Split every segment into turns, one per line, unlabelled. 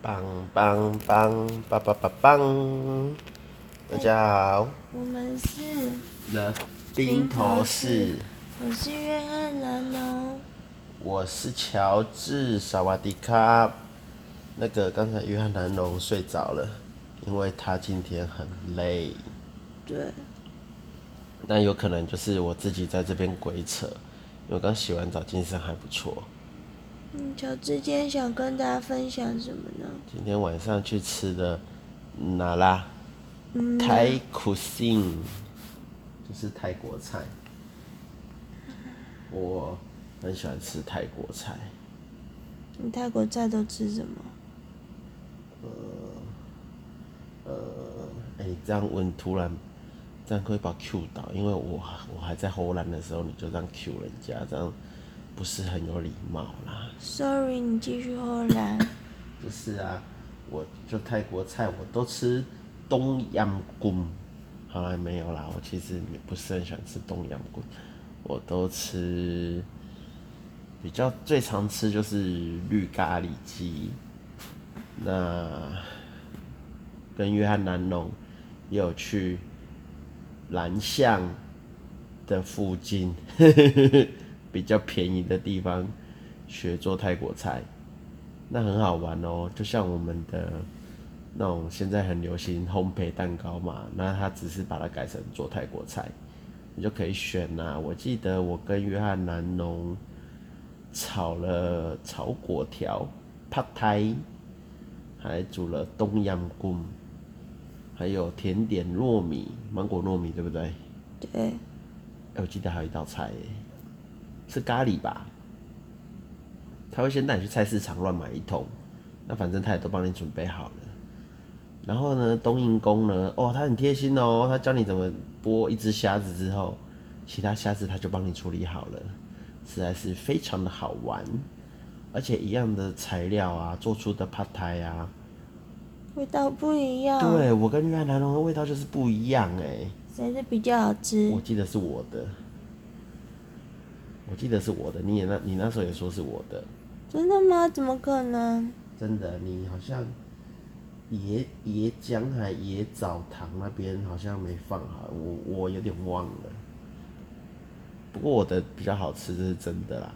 棒棒棒棒棒棒棒！大家好，
我们是，
了
冰
冰
头
头
士
士，
我是约翰兰哦。
我是乔治，萨瓦迪卡。那个刚才约翰南龙睡着了，因为他今天很累，
对，
那有可能就是我自己在这边鬼扯，因为我刚洗完澡，精神还不错。
嗯，乔治今天想跟大家分享什么呢？
今天晚上去吃的哪啦？泰 cuisine，就是泰国菜。我很喜欢吃泰国菜，
你泰国菜都吃什么？
呃，哎、你这样问突然，这样会把 Q 到，因为我我还在荷兰的时候，你就这样 Q 人家，这样不是很有礼貌啦。
Sorry，你继续后来。
不是啊，我就泰国菜我都吃东阳棍，好啦，没有啦，我其实也不是很喜欢吃东阳棍，我都吃比较最常吃就是绿咖喱鸡，那跟约翰南农也有去蓝巷的附近 比较便宜的地方学做泰国菜。那很好玩哦，就像我们的那种现在很流行烘焙蛋糕嘛，那它只是把它改成做泰国菜，你就可以选啦、我记得我跟约翰南农炒了炒粿条、帕胎，还煮了东阳棍，还有甜点糯米、芒果糯米，对不对？哎、
对，
我记得还有一道菜耶，是咖喱吧？他会先带你去菜市场乱买一通，那反正他也都帮你准备好了。然后呢，冬阴功呢，哦，他很贴心哦，他教你怎么剥一只虾子之后，其他虾子他就帮你处理好了，实在是非常的好玩。而且一样的材料啊，做出的 p a 啊，
味道不一样。，
对我跟越南龙的味道就是不一样哎、
谁的比较好吃
我？记得是我的，我记得是我的，你也那，你那时候也说是我的，
真的吗？怎么可能？
真的，你好像野野江还野澡堂那边好像没放好，我我有点忘了。不过我的比较好吃，这是真的啦。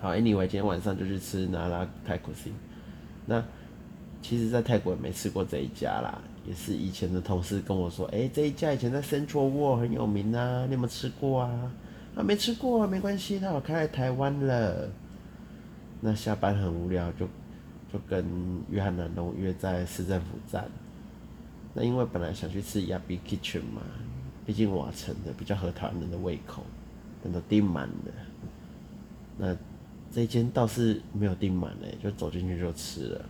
好，anyway，今天晚上就去吃拿拉泰国星。那其实，在泰国也没吃过这一家啦，也是以前的同事跟我说，哎、这一家以前在 Central World 很有名啊，你有没有吃过啊？啊，没吃过啊，没关系，他有开来台湾了。那下班很无聊，就就跟约翰南龙约在市政府站。那因为本来想去吃 Yabi Kitchen 嘛，毕竟瓦城的比较合台湾人的胃口，但都订满了。那这间倒是没有订满诶，就走进去就吃了。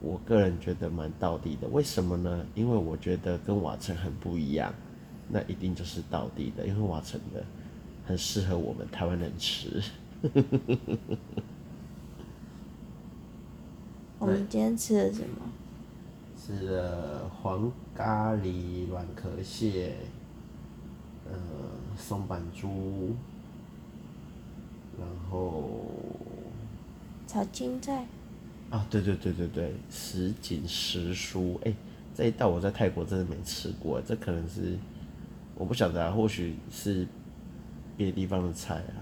我个人觉得蛮道地的，为什么呢？因为我觉得跟瓦城很不一样，那一定就是道地的，因为瓦城的很适合我们台湾人吃。
我们今天吃了什么？
吃了黄咖喱、软壳蟹，呃，松板猪，然后
炒青菜。
啊，对对对对对，什锦时蔬，哎、这一道我在泰国真的没吃过，这可能是我不晓得啊，或许是别的地方的菜啊，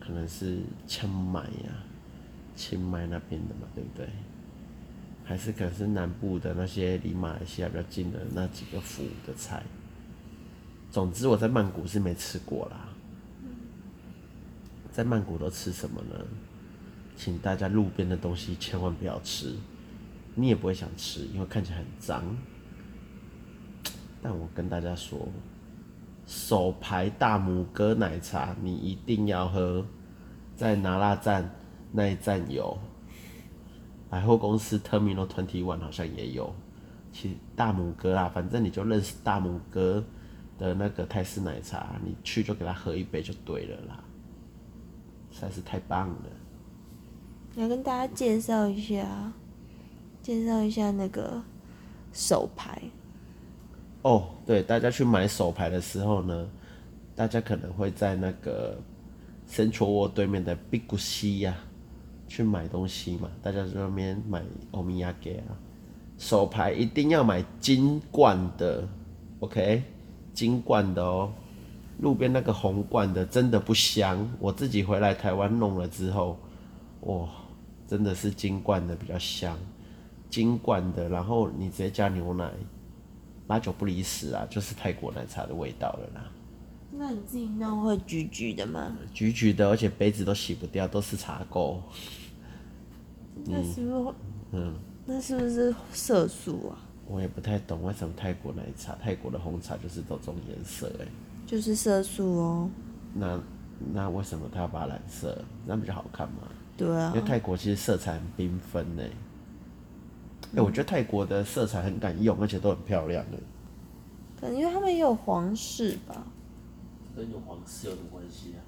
可能是清迈啊，清迈那边的嘛，对不对？还是可能是南部的那些离马来西亚比较近的那几个府的菜。总之我在曼谷是没吃过啦。在曼谷都吃什么呢？请大家路边的东西千万不要吃，你也不会想吃，因为看起来很脏。但我跟大家说，手牌大拇哥奶茶你一定要喝，在拿拉站那一站有，百货公司 Terminal Twenty One 好像也有。其实大拇哥啦，反正你就认识大拇哥的那个泰式奶茶，你去就给他喝一杯就对了啦，实在是太棒了。
来跟大家介绍一下，啊介绍一下那个手牌。
哦，对，大家去买手牌的时候呢，大家可能会在那个 Central World 对面的 Big 西呀、去买东西嘛，大家在那边买欧米亚给啊，手牌一定要买金罐的，OK，金罐的哦。路边那个红罐的真的不香，我自己回来台湾弄了之后，哇，真的是金罐的比较香，金罐的，然后你直接加牛奶，八九不离十啊，就是泰国奶茶的味道了啦。
那你自己弄会橘橘的吗？
橘橘的，而且杯子都洗不掉，都是茶垢。
那
嗯
是不是？那是不是色素啊？
我也不太懂为什么泰国奶茶、泰国的红茶就是都这种颜色哎、
就是色素哦。
那那为什么它要把它染色？那比较好看嘛？
对啊
因为，泰国其实色彩很缤纷呢。
嗯
哎、我觉得泰国的色彩很敢用，而且都很漂亮欸的。
可能因为他们也有皇室吧。
跟有皇室有什么关系啊？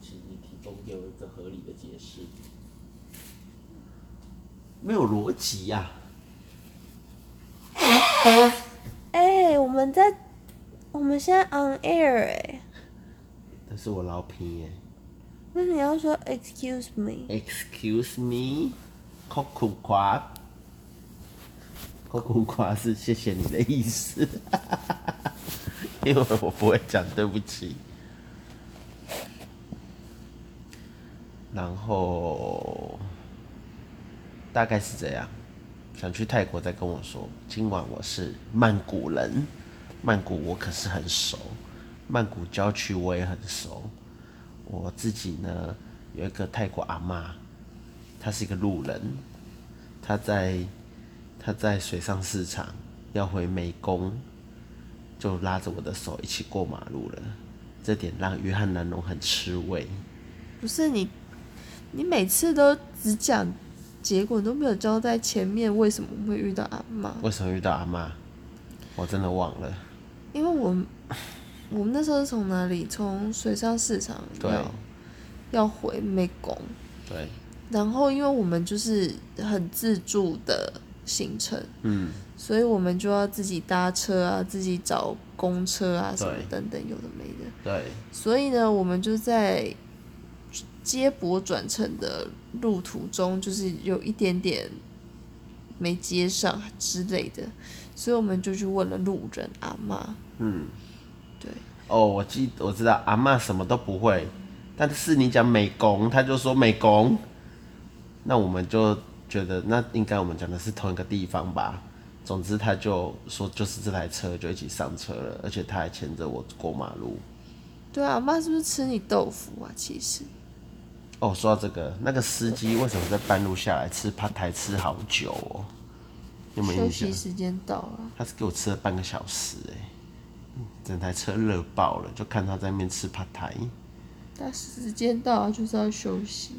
请你提供给我一个合理的解释。
没有逻辑啊呀，
哎、我们在，我们现在 on air 哎、
但是我老皮耶。
那你要说 excuse me，
Excuse me，酷酷夸，酷酷夸是谢谢你的意思，因为我不会讲对不起。然后大概是这样，想去泰国再跟我说。今晚我是曼谷人，曼谷我可是很熟，曼谷郊区我也很熟。我自己呢有一个泰国阿嬷，她是一个路人，她在她在水上市场要回湄公，就拉着我的手一起过马路了，这点让约翰南龙很吃味。
不是你，你每次都只讲结果，都没有交代前面为什么会遇到阿妈。
为什么遇到阿嬷？我真的忘了。
因为我们我们那时候是从哪里？从水上市场
对
要要回美宫，
对，
然后因为我们就是很自助的行程，
嗯，
所以我们就要自己搭车啊，自己找公车啊，什么
对
等等有的没的。
对
所以呢，我们就在接驳转乘的路途中，就是有一点点没接上之类的，所以我们就去问了路人阿妈。
嗯，
对，
哦，我记我知道阿嬷什么都不会，但是你讲美工，她就说美工，那我们就觉得那应该我们讲的是同一个地方吧。总之，他就说就是这台车就一起上车了，而且他还牵着我过马路。
对啊，阿妈是不是吃你豆腐啊？其实
哦，说到这个，那个司机为什么在半路下来吃趴台吃好久哦？有没有
休
印象
息？时间到了，
他是给我吃了半个小时哎、嗯整台车热爆了，就看他在那边吃趴台。
但是时间到了就是要休息。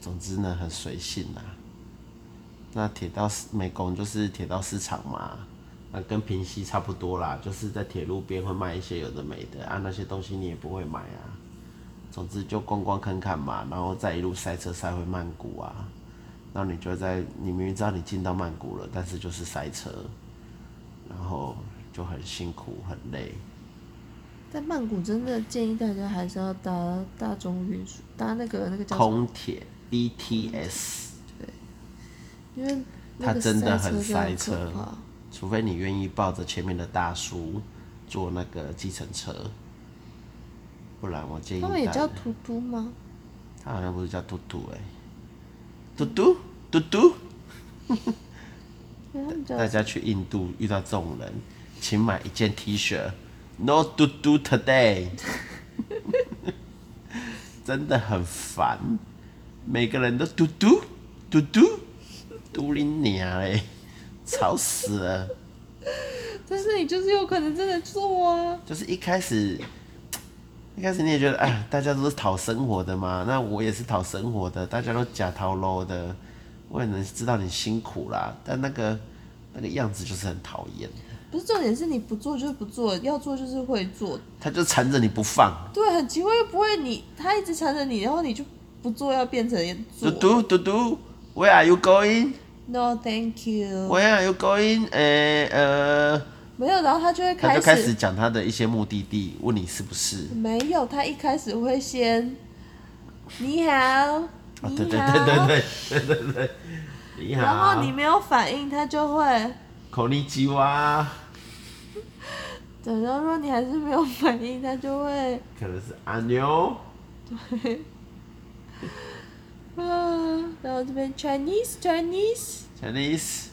总之呢，很随性啦。那铁道市美工就是铁道市场嘛，那跟平西差不多啦，就是在铁路边会卖一些有的没的啊，那些东西你也不会买啊。总之就逛逛看看嘛，然后再一路塞车塞回曼谷啊，然后你就在你明明知道你进到曼谷了，但是就是塞车，然后就很辛苦很累。
在曼谷真的建议大家还是要搭大众运输，搭那个那个叫什么？
空铁，E BTS，
因为那
它
个
真的很
塞车
塞
真的
车
很可怕。
除非你愿意抱着前面的大叔坐那个计程车，不然我建议
他们也
大
叫
家
图图吗？
他好像不是叫嘟嘟哎、嘟嘟嘟嘟，
因为他们叫
大家去印度遇到这种人，请买一件 T 恤，No 嘟嘟 today，真的很烦，每个人都嘟嘟嘟嘟嘟你娘嘞，吵死了。
但是你就是有可能真的做啊。
就是一开始，一开始你也觉得，哎，大家都是讨生活的嘛，那我也是讨生活的，大家都假讨 low 的，我也能知道你辛苦啦，但那个那个样子就是很讨厌，
不是重点是你不做就是不做，要做就是会做。
他就缠着你不放，
对，很奇怪，又不会你他一直缠着你，然后你就不做，要变成
嘟嘟
做。
嘟嘟，Where are you going?
No, thank you。
Where are you going? 呃呃，
没有，然后他就会
他
开
就开始讲他的一些目的地，问你是不是。
没有，他一开始会先你好，
啊，对对对对对对对对，你好。
然后你没有反应，他就会。
孔令基哇，
对，然后如果你还是没有反应，他就会，
可能是阿牛，
啊，然后这边 Chinese Chinese，
Chinese。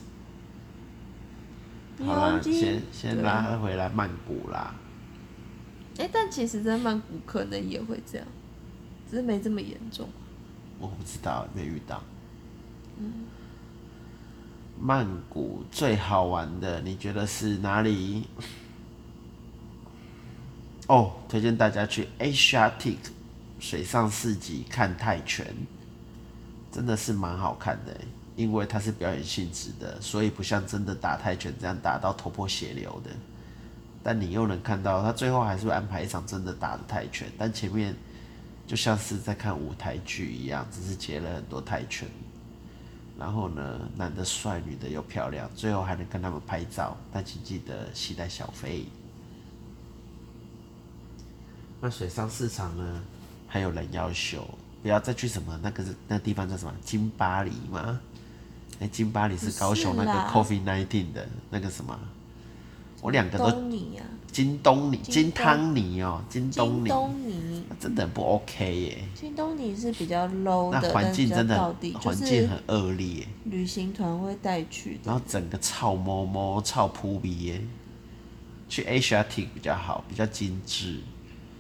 你
好啦，
忘记
先先
对
拉回来曼谷啦。
哎，但其实，在曼谷可能也会这样，只是没这么严重。
我不知道，没遇到。曼谷最好玩的，你觉得是哪里？哦，推荐大家去 Asiatic 水上市集看泰拳，真的是蛮好看的欸，因为它是表演性质的，所以不像真的打泰拳这样打到头破血流的。但你又能看到，他最后还是会安排一场真的打的泰拳，但前面就像是在看舞台剧一样，只是结了很多泰拳。然后呢，男的帅，女的又漂亮，最后还能跟他们拍照，但请记得携带小费。那水上市场呢，还有人要修，不要再去什么那个是那地方叫什么金巴黎吗？哎、金巴黎是高雄那个
不
COVID nineteen 的那个什么，我两个都
东尼啊，
金东尼、
金
金汤尼哦、金东
金
尼，
东尼，
那真的很不 OK 耶。
金东尼是比较 low
那
的，但
环
是
境
比较
真的
到
很
底，就
环境
是
很恶劣耶，
旅行团会带去
然
的。
后整个臭摸摸、臭扑鼻耶。去 Asiatic 比较好，比较精致，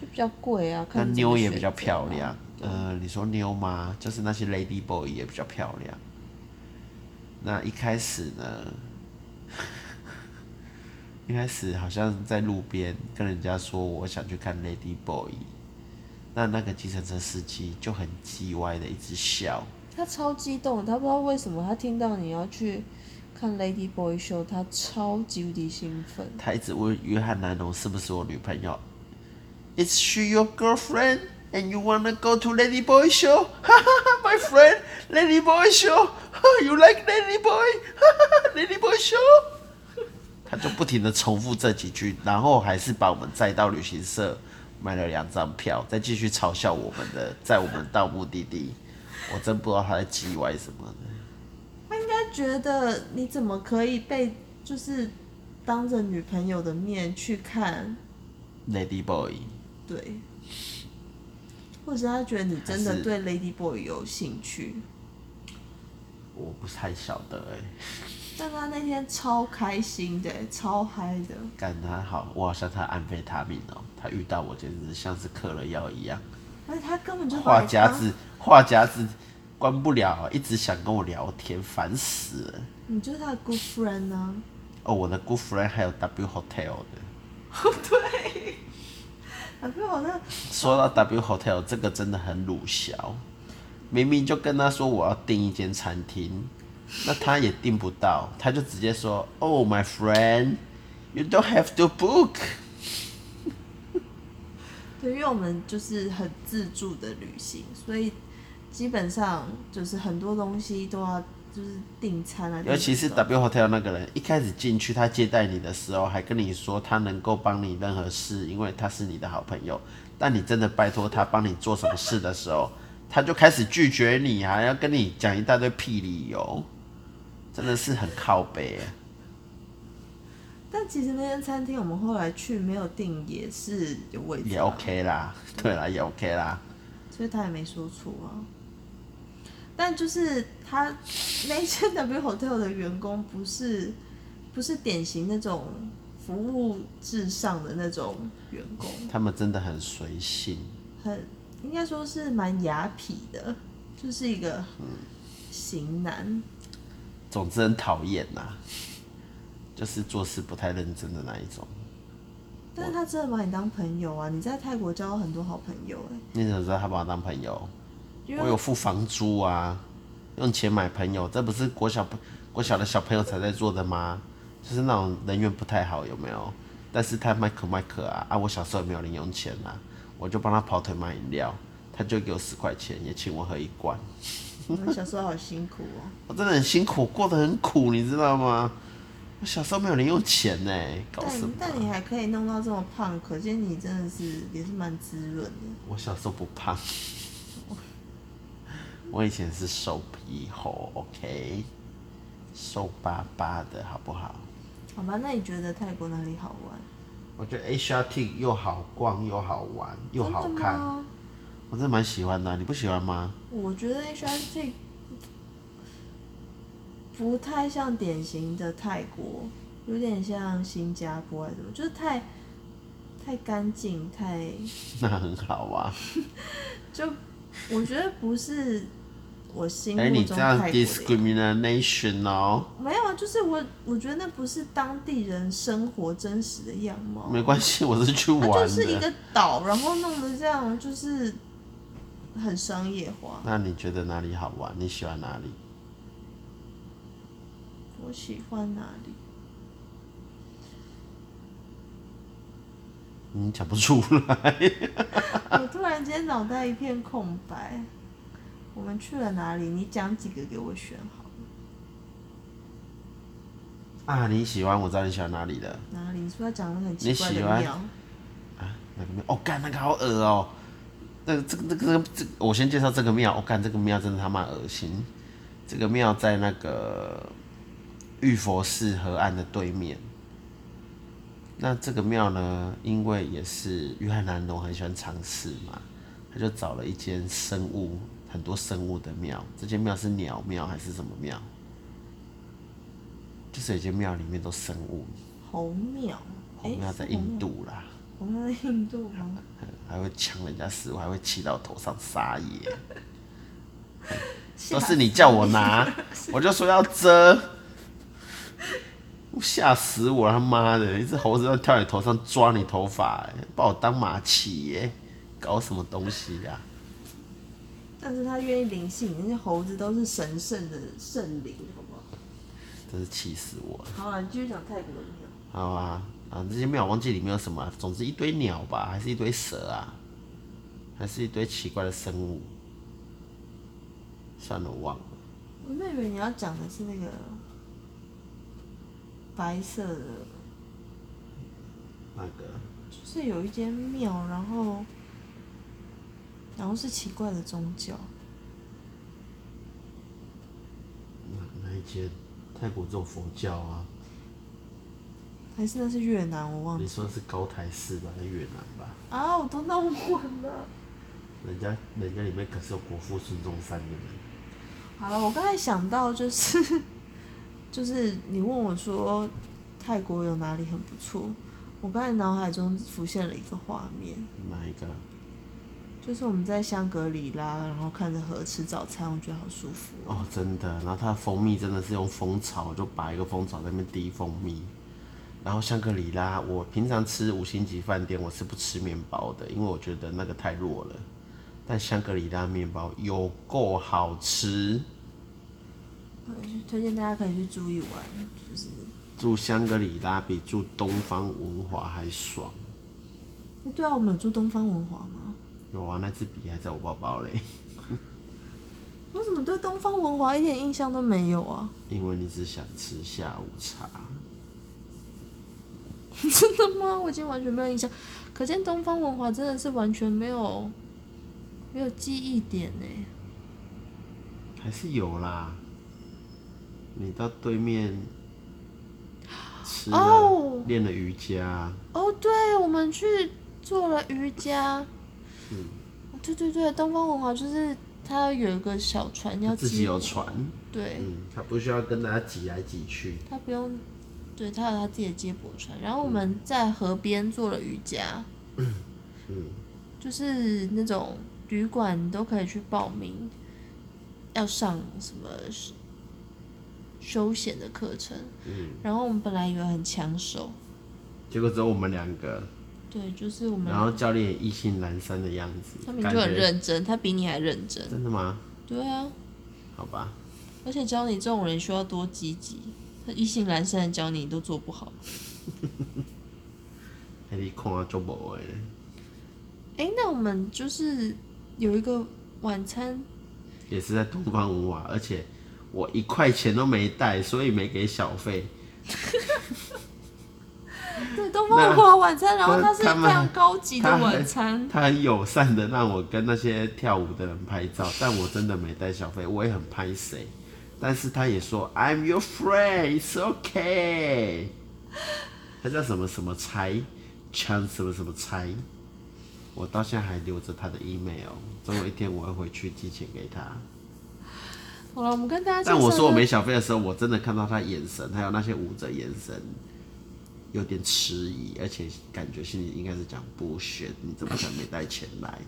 就比较贵啊，
那
看你怎么
妞也比
选
较
择
漂
嘛
亮。呃，你说妞吗？就是那些 Lady Boy 也比较漂亮。那一开始呢， 一开始好像在路边跟人家说我想去看 Lady Boy，那那个计程车司机就很叽歪的一直笑，
他超激动，他不知道为什么，他听到你要去看 Lady Boy Show，他超级无敌兴奋。
他一直问约翰南农是不是我女朋友，Is she your girlfriend? And you wanna go to Lady Boy show? My friend, Lady Boy show. You like Lady Boy? Lady Boy show. 他就不停的重复这几句，然后还是把我们载到旅行社买了两张票，再继续嘲笑我们的，载我们到目的地。我真不知道他在叽歪什么呢。
他应该觉得你怎么可以被就是当着女朋友的面去看，
Lady Boy，
对，或者他觉得你真
还
的
是
对 Lady Boy 有兴趣。
我不太晓得哎、
但他那天超开心的，超嗨的。
干他好，我好像他安非他命哦、他遇到我简直像是嗑了药一样，
而且他根本就把
话
你
匣
当
子话匣子关不了，一直想跟我聊天，烦死了。
你就是他的 good friend 啊呢、
哦，我的 good friend 还有 W Hotel 的，
啊。啊，不是好像
说到 W Hotel 这个真的很鲁小，明明就跟他说我要订一间餐厅，那他也订不到，他就直接说，Oh my friend, you don't have to book。
对，因为我们就是很自助的旅行，所以基本上就是很多东西都要就是订餐啊，
尤其是
订什么
W Hotel 那个人，一开始进去他接待你的时候，还跟你说他能够帮你任何事，因为他是你的好朋友。但你真的拜托他帮你做什么事的时候，他就开始拒绝你，还要跟你讲一大堆屁理由，真的是很靠北、啊。
但其实那间餐厅我们后来去没有订也是有位置、啊，
也 OK 啦，对啦，也 OK 啦。
所以他也没说错啊。但就是他那间 W Hotel 的员工不是不是典型那种服务至上的那种员工，
他们真的很随性，
很应该说是蛮雅痞的，就是一个型男。
总之很讨厌啦，就是做事不太认真的那一种。
但是他真的把你当朋友啊！你在泰国交了很多好朋友哎、
你怎么知道他把我当朋友？
因
我
为
有付房租啊，用钱买朋友，这不是国小国小的小朋友才在做的吗？就是那种人缘不太好，有没有？但是他麦克麦克啊啊！我小时候也没有零用钱啊，我就帮他跑腿买饮料，他就给我十块钱，也请我喝一罐。
我们小时候好辛苦 哦、
我真的很辛苦，过得很苦，你知道吗？我小时候没有零用钱呢、搞什
但
么？
但你还可以弄到这么胖，可见你真的是也是蛮滋润的。
我小时候不胖，我以前是瘦皮猴，OK，瘦巴巴的好不好？
好吧，那你觉得泰国哪里好玩？
我觉得 HRT 又好逛又好玩又好
真的
看，
吗？
我真的蛮喜欢的啊、你不喜欢吗？
我觉得 HRT 不太像典型的泰国，有点像新加坡还是什么，就是太太干净，太
那很好啊。
就我觉得不是我心
哎、
目
你
中
这样
泰国的样子。
discrimination 哦，
没有啊，就是我，我觉得那不是当地人生活真实的样貌。
没关系，我是去玩
它
的。
就是一个岛，然后弄得这样，就是很商业化。
那你觉得哪里好玩？你喜欢哪里？
我喜欢哪里？
你讲不出来。
我突然间脑袋一片空白。我们去了哪里？你讲几个给我选好了？
啊，你喜欢，我知道你喜欢哪里了。
哪里？你说要讲那个很奇怪
你
的
喜欢
庙？
啊，那个庙，哦，干那个好恶哦、那个这个这个这个，我先介绍这个庙，我、哦干这个庙真的他妈恶心。这个庙在那个玉佛寺河岸的对面。那这个庙呢，因为也是约翰南农很喜欢尝试嘛，他就找了一间生物很多生物的庙，这间庙是鸟庙还是什么庙？就是有一间庙里面都生物，
红庙？
红
哎，
庙
是
在
红
印哦
庙，
度啦。
红庙在印度吗？
还会抢人家食物，还会骑到头上撒野，
吓
都
死
是你叫我拿，我就说要遮，吓死我他妈的！一只猴子要跳你头上抓你头发，哎把我当马骑耶，搞什么东西呀、
但是他愿意灵性，那些猴子都是神圣的圣灵，好不好？
真是气死我了！
好了，啊你继续讲泰国的庙。
好啊，啊，这些庙我忘记里面有什么啊、总之一堆鸟吧，还是一堆蛇啊，还是一堆奇怪的生物。算了，我忘了。
我原本以为你要讲的是那个白色的。
那个
就是有一间庙，然后然后是奇怪的宗教，
那那一间泰国这种佛教啊。
还是那是越南，我忘
你
记
说是高台寺吧，在越南吧？
啊，我都弄混了。
人家人家里面可是有国父孙中山的人，
好了，我刚才想到就是 就是你问我说泰国有哪里很不错，我刚才脑海中浮现了一个画面，
哪一个？
就是我们在香格里拉，然后看着河吃早餐，我觉得好舒服哦。
哦，真的。然后它的蜂蜜真的是用蜂巢，就把一个蜂巢在那边滴蜂蜜。然后香格里拉，我平常吃五星级饭店，我是不吃面包的，因为我觉得那个太弱了。但香格里拉面包有够好吃。
推荐大家可以去住一晚，就是
住香格里拉比住东方文华还爽。
诶对啊，我们有住东方文华吗？
有啊，那支笔还在我包包嘞，
我怎么对东方文华一点印象都没有啊？
因为你只想吃下午茶。
真的吗？我已经完全没有印象，可见东方文化真的是完全没有没有记忆点欸呢。
还是有啦。你到对面吃了
哦
练、了瑜伽，
哦，对，我们去做了瑜伽。嗯，对对对，东方文化就是它有一个小船要
自己
激
有
活，
船，
对，
嗯，他不需要跟大家挤来挤去。
它不用，对，它有它自己的接驳船。然后我们在河边做了瑜伽，
嗯，
就是那种旅馆你都可以去报名，要上什么休休闲的课程。
嗯
然后我们本来以为很抢手，
结果只有我们两个，
对，就是我们
然后教练也意兴阑珊的样子，
嗯他明
感
就很
觉
认真，他比你还认真。
真的吗？
对啊，
好吧，
而且教你这种人需要多积极，他意兴阑珊的教你都做不好。
还你空啊就无诶，
哎，那我们就是有一个晚餐，
也是在东方文华，而且我一块钱都没带，所以没给小费。
真对，东方文化晚餐，然后它是
他
非
们
常高级的
他还
晚餐，
他很友善的让我跟那些跳舞的人拍照，但我真的没带小费，我也很拍谁。但是他也说 I'm your friend, it's okay。他叫什么什么柴，强什么什么柴，我到现在还留着他的 email，总有一天我会回去寄钱给他。
好了，我们跟大家介绍。
但我说我没，小费的时候，我真的看到他眼神，还有那些舞者眼神，有点迟疑，而且感觉心里应该是讲 bullshit，你怎么可能没带钱来？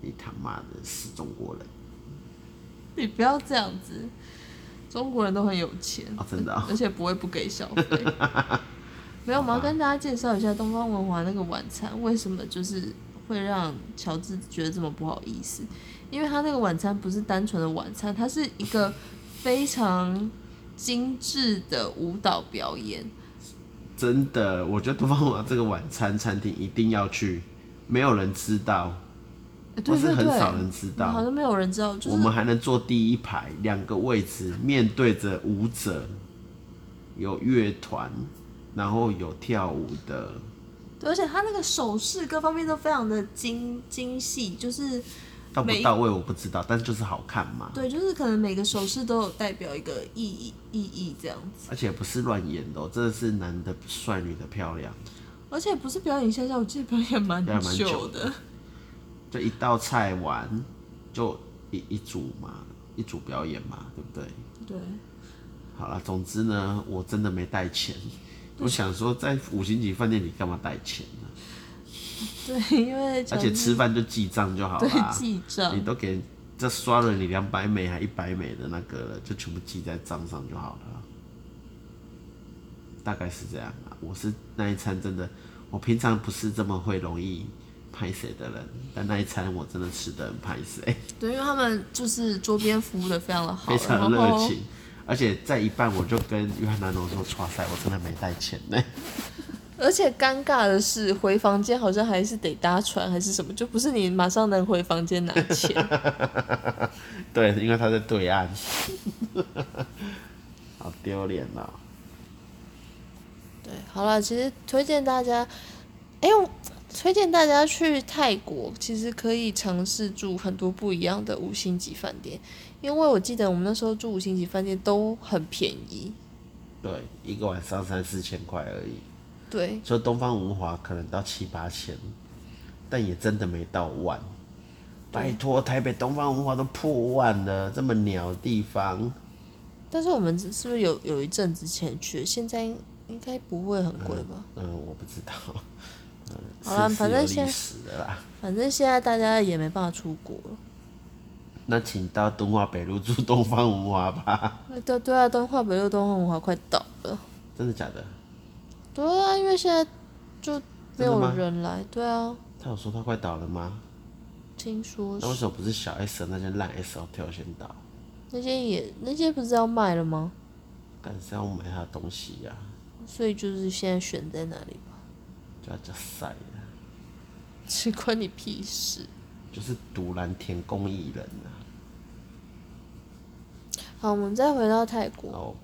你他妈的死中国人！
你不要这样子。中国人都很有钱，
哦真 的哦
而且不会不给小 费。没有，我们要跟大家介绍一下东方文华那个晚餐为什么就是会让乔治觉得这么不好意思，因为他那个晚餐不是单纯的晚餐，它是一个非常精致的舞蹈表演。
真的，我觉得东方华这个晚餐餐厅一定要去，没有人知道，
欸对
或是
对
很
对，
少人知道
好像没有人知道，就
我
是
们还能坐第一排，两个位置面对着舞者，有乐团，然后有跳舞的，
对，而且他那个手势各方面都非常的精精细，就是
到不
每一
到位我不知道，但就是好看嘛。
对，就是可能每个手势都有代表一个意义意义这样子，
而且不是乱演的、哦，真的是男的帅，女的漂亮，
而且不是表演一下下，我记得表演蛮
表演蛮久
的，
就一道菜完就一一组嘛，一组表演嘛，对不对？
对，
好啦，总之呢，我真的没带钱。我想说，在五星级饭店里干嘛带钱 呢？
对，因为
而
乔
且
治
吃饭就记账就好
对
啦。
记账
你，都给这刷了你两百美还一百美的那个了，就全部记在账上就好了。大概是这样啊。我是那一餐真的，我平常不是这么会容易拍谁的人，但那一餐我真的吃的很拍谁，
对，因为他们就是桌边服务的非常的 好，
非常
然
热
后
情。而且在一半我就跟约翰南龙说：“哇塞，我真的没带钱呢。
而且尴尬的是，回房间好像还是得搭船还是什么，就不是你马上能回房间拿钱。”
对，因为他在对岸， 好丢脸啊呐！
对，好了，其实推荐大家，哎、我推荐大家去泰国，其实可以尝试住很多不一样的五星级饭店，因为我记得我们那时候住五星级饭店都很便宜。
对，一个晚上三四千块而已。
对，
所以东方文华可能到七八千，但也真的没到万。拜托，台北东方文华都破万了，这么鸟的地方，
但是我们是不是有有一阵子前去，现在应应该不会很贵吧？
嗯，我不知道。 嗯，
好啦
是
反正
是有
现
历
在
史的啦。
反正现在大家也没办法出国了。
那请到敦化北路住东方文华吧。
哎对对啊，东化北路、东化文华快倒了。
真的假的？
对啊，因为现在就没
真的
有
吗
人来。对啊，
他有说他快倒了吗？
听说
那为
是。
什么不是小 S 的那间烂 S hotel 先倒？
那些也那些不是要卖了吗？
但是要买他的东西呀、
所以就是现在选在哪里吧，
就要叫塞了，
这关你屁事。
就是独揽天公艺人啊。
好，我们再回到泰国。
哦，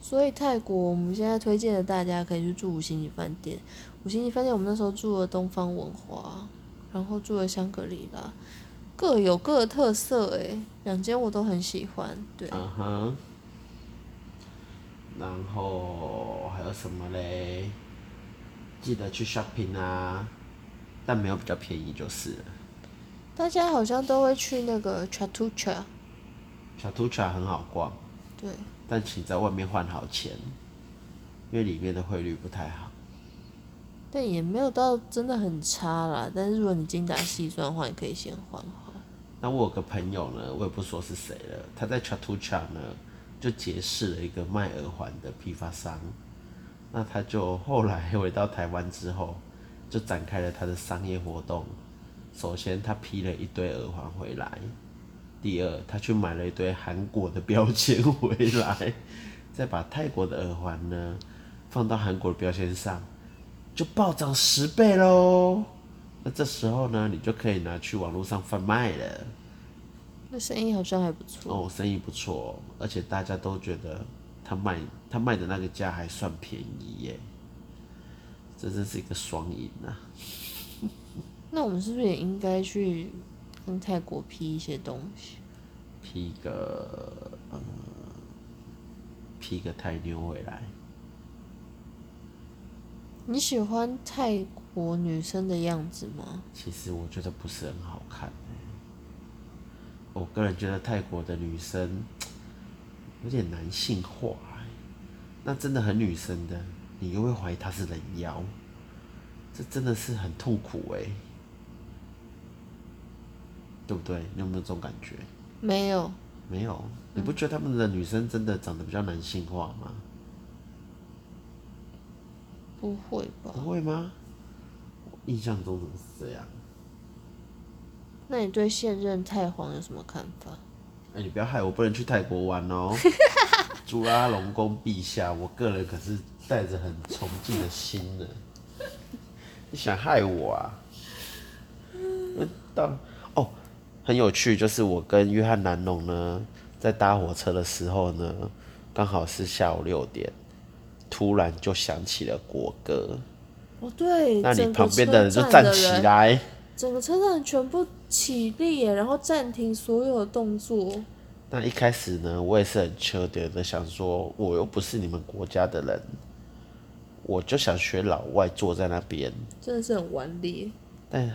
所以泰国我们现在推荐的大家可以去住五星级饭店。五星级饭店我们那时候住了东方文华，然后住了香格里拉，各有各的特色诶、两间我都很喜欢。对，
嗯哼，然后还有什么嘞？记得去 shopping 啊，但没有比较便宜就是了。
大家好像都会去那个 Chatucha，
小兔犬很好逛，
对，
但请在外面换好钱，因为里面的汇率不太好。
但也没有到真的很差啦。但是如果你精打细算的话，你可以先换好。
那我有个朋友呢，我也不说是谁了，他在 Chatucha 呢就结识了一个卖耳环的批发商，那他就后来 回到台湾之后，就展开了他的商业活动。首先，他批了一堆耳环回来；第二，他去买了一堆韩国的标签回来，再把泰国的耳环呢放到韩国的标签上，就暴涨十倍喽。那这时候呢，你就可以拿去网络上贩卖了。
那生意好像还不错。
哦，生意不错哦，而且大家都觉得他卖他卖的那个价还算便宜耶。这真是一个双赢啊！
那我们是不是也应该去跟泰国批一些东西？
批一个呃，批一个泰妞回来，
你喜欢泰国女生的样子吗？
其实我觉得不是很好看欸、我个人觉得泰国的女生有点男性化欸、那真的很女生的，你又会怀疑她是人妖，这真的是很痛苦哎、对不对？你有没有这种感觉？
没有，
没有，你不觉得他们的女生真的长得比较男性化吗？
不会吧？
不会吗？我印象中怎么是这样？
那你对现任泰皇有什么看法？
哎、你不要害我不能去泰国玩 哦。朱拉隆功陛下，我个人可是带着很崇敬的心呢。你想害我啊？那到哦，很有趣，就是我跟约翰南龙呢，在搭火车的时候呢，刚好是下午六点，突然就响起了国歌，
哦，对，
那你
整个
旁边的人就
车
站
站的
起
人，
来。
整个车站全部起立耶，然后暂停所有的动作。
那一开始呢，我也是很缺德的，想说我又不是你们国家的人，我就想学老外坐在那边，
真的是很顽劣。
但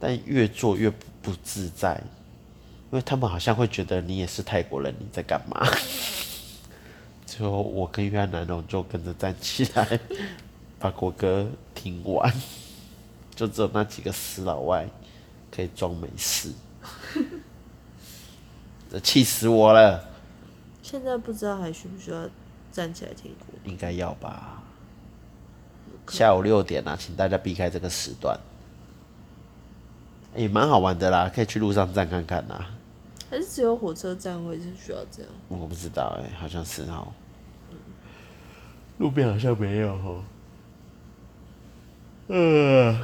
但越坐越不不自在，因为他们好像会觉得你也是泰国人，你在干嘛？ 最后我跟越南龙就跟着站起来，把国歌听完，就只有那几个死老外可以装没事， 这气死我了。
现在不知道还需不需要站起来听国歌？
应该要吧。下午六点啊，请大家避开这个时段。也、蛮好玩的啦，可以去路上站看看啦。
还是只有火车站会是需要这样？
我不知道哎、好像是哦。路边好像没有哦。呃，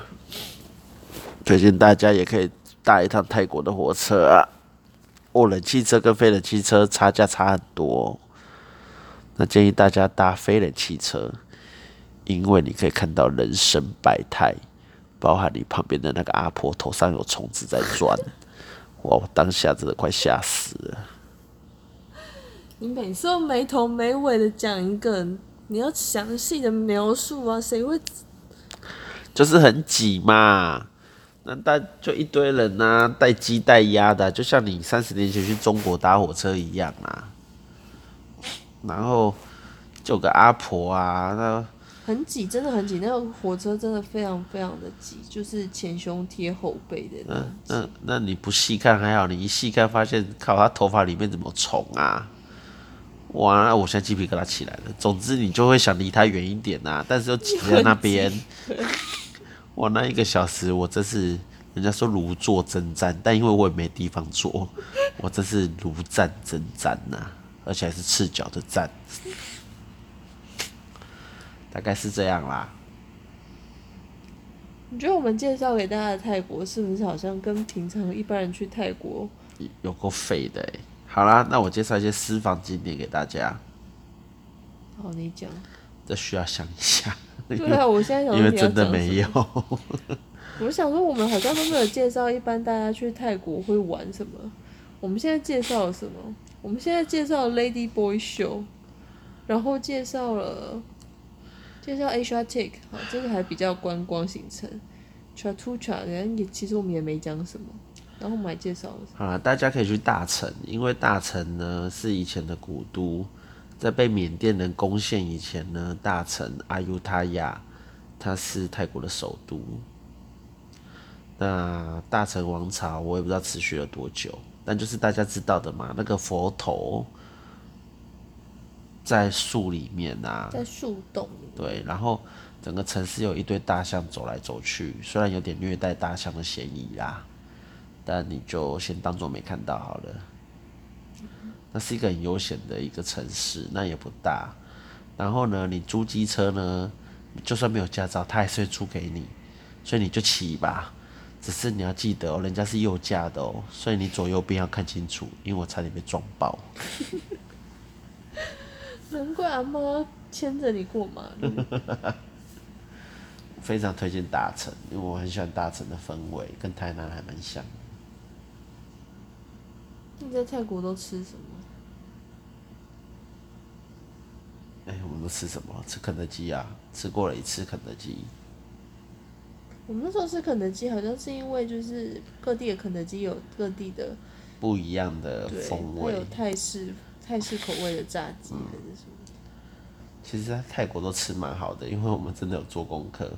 推荐大家也可以搭一趟泰国的火车啊。哦，冷气车跟非冷气车差价差很多、哦，那建议大家搭非冷气车，因为你可以看到人生百态，包含你旁边的那个阿婆头上有虫子在钻，哇，我当下真的快吓死了。
你每次都没头没尾的讲一个，你要详细的描述啊，谁会？
就是很挤嘛。那大就一堆人呐、啊，带鸡带鸭的啊、就像你三十年前去中国搭火车一样啊。然后就有个阿婆啊，那
很挤，真的很挤，那个火车真的非常非常的挤，就是前胸贴后背的那种挤。
那那你不细看还好，你一细看发现，靠，她头发里面怎么有虫啊？哇，那我现在鸡皮疙瘩起来了。总之你就会想离她远一点呐、但是又挤在那边。哇，那一个小时我真是，人家说如坐针毡，但因为我也没地方坐，我真是如站针毡呐、而且还是赤脚的站，大概是这样啦。
你觉得我们介绍给大家的泰国是不是好像跟平常一般人去泰国？
有够废的、欸、好啦，那我介绍一些私房景点给大家。
好，你讲。
这需要想一下，
对啊，我现在想
因
说
为
你要
真的
讲什
没
么
有。
我想说，我们好像都没有介绍一般大家去泰国会玩什么。我们现在介绍了什么？我们现在介绍了 Lady Boy Show，然后介绍了介绍 Asia Take，好，这个还比较观光行程。Chatucha，人家也其实我们也没讲什么，然后我们还介绍了什么
好了，大家可以去大城，因为大城呢是以前的古都，在被缅甸人攻陷以前呢，大城阿尤他亚它是泰国的首都。那大城王朝我也不知道持续了多久，但就是大家知道的嘛，那个佛头在树里面啊，
在树洞里
对，然后整个城市有一堆大象走来走去，虽然有点虐待大象的嫌疑啦，但你就先当做没看到好了。那是一个很悠闲的一个城市，那也不大。然后呢，你租机车呢，就算没有驾照，他还是会租给你，所以你就骑吧。只是你要记得哦，人家是右驾的哦，所以你左右边要看清楚，因为我差点被撞爆。
难怪阿妈牵着你过马路。
非常推荐大城，因为我很喜欢大城的氛围，跟台南还蛮像。
你在泰国都吃什么？
哎、我们都吃什么？吃肯德基啊，吃过了一次肯德基。
我们那时候吃肯德基，好像是因为就是各地的肯德基有各地的，
不一样的
对，
风
它
味嗯
有。泰式泰式口味的炸鸡还是什么？
其实，在泰国都吃蛮好的，因为我们真的有做功课。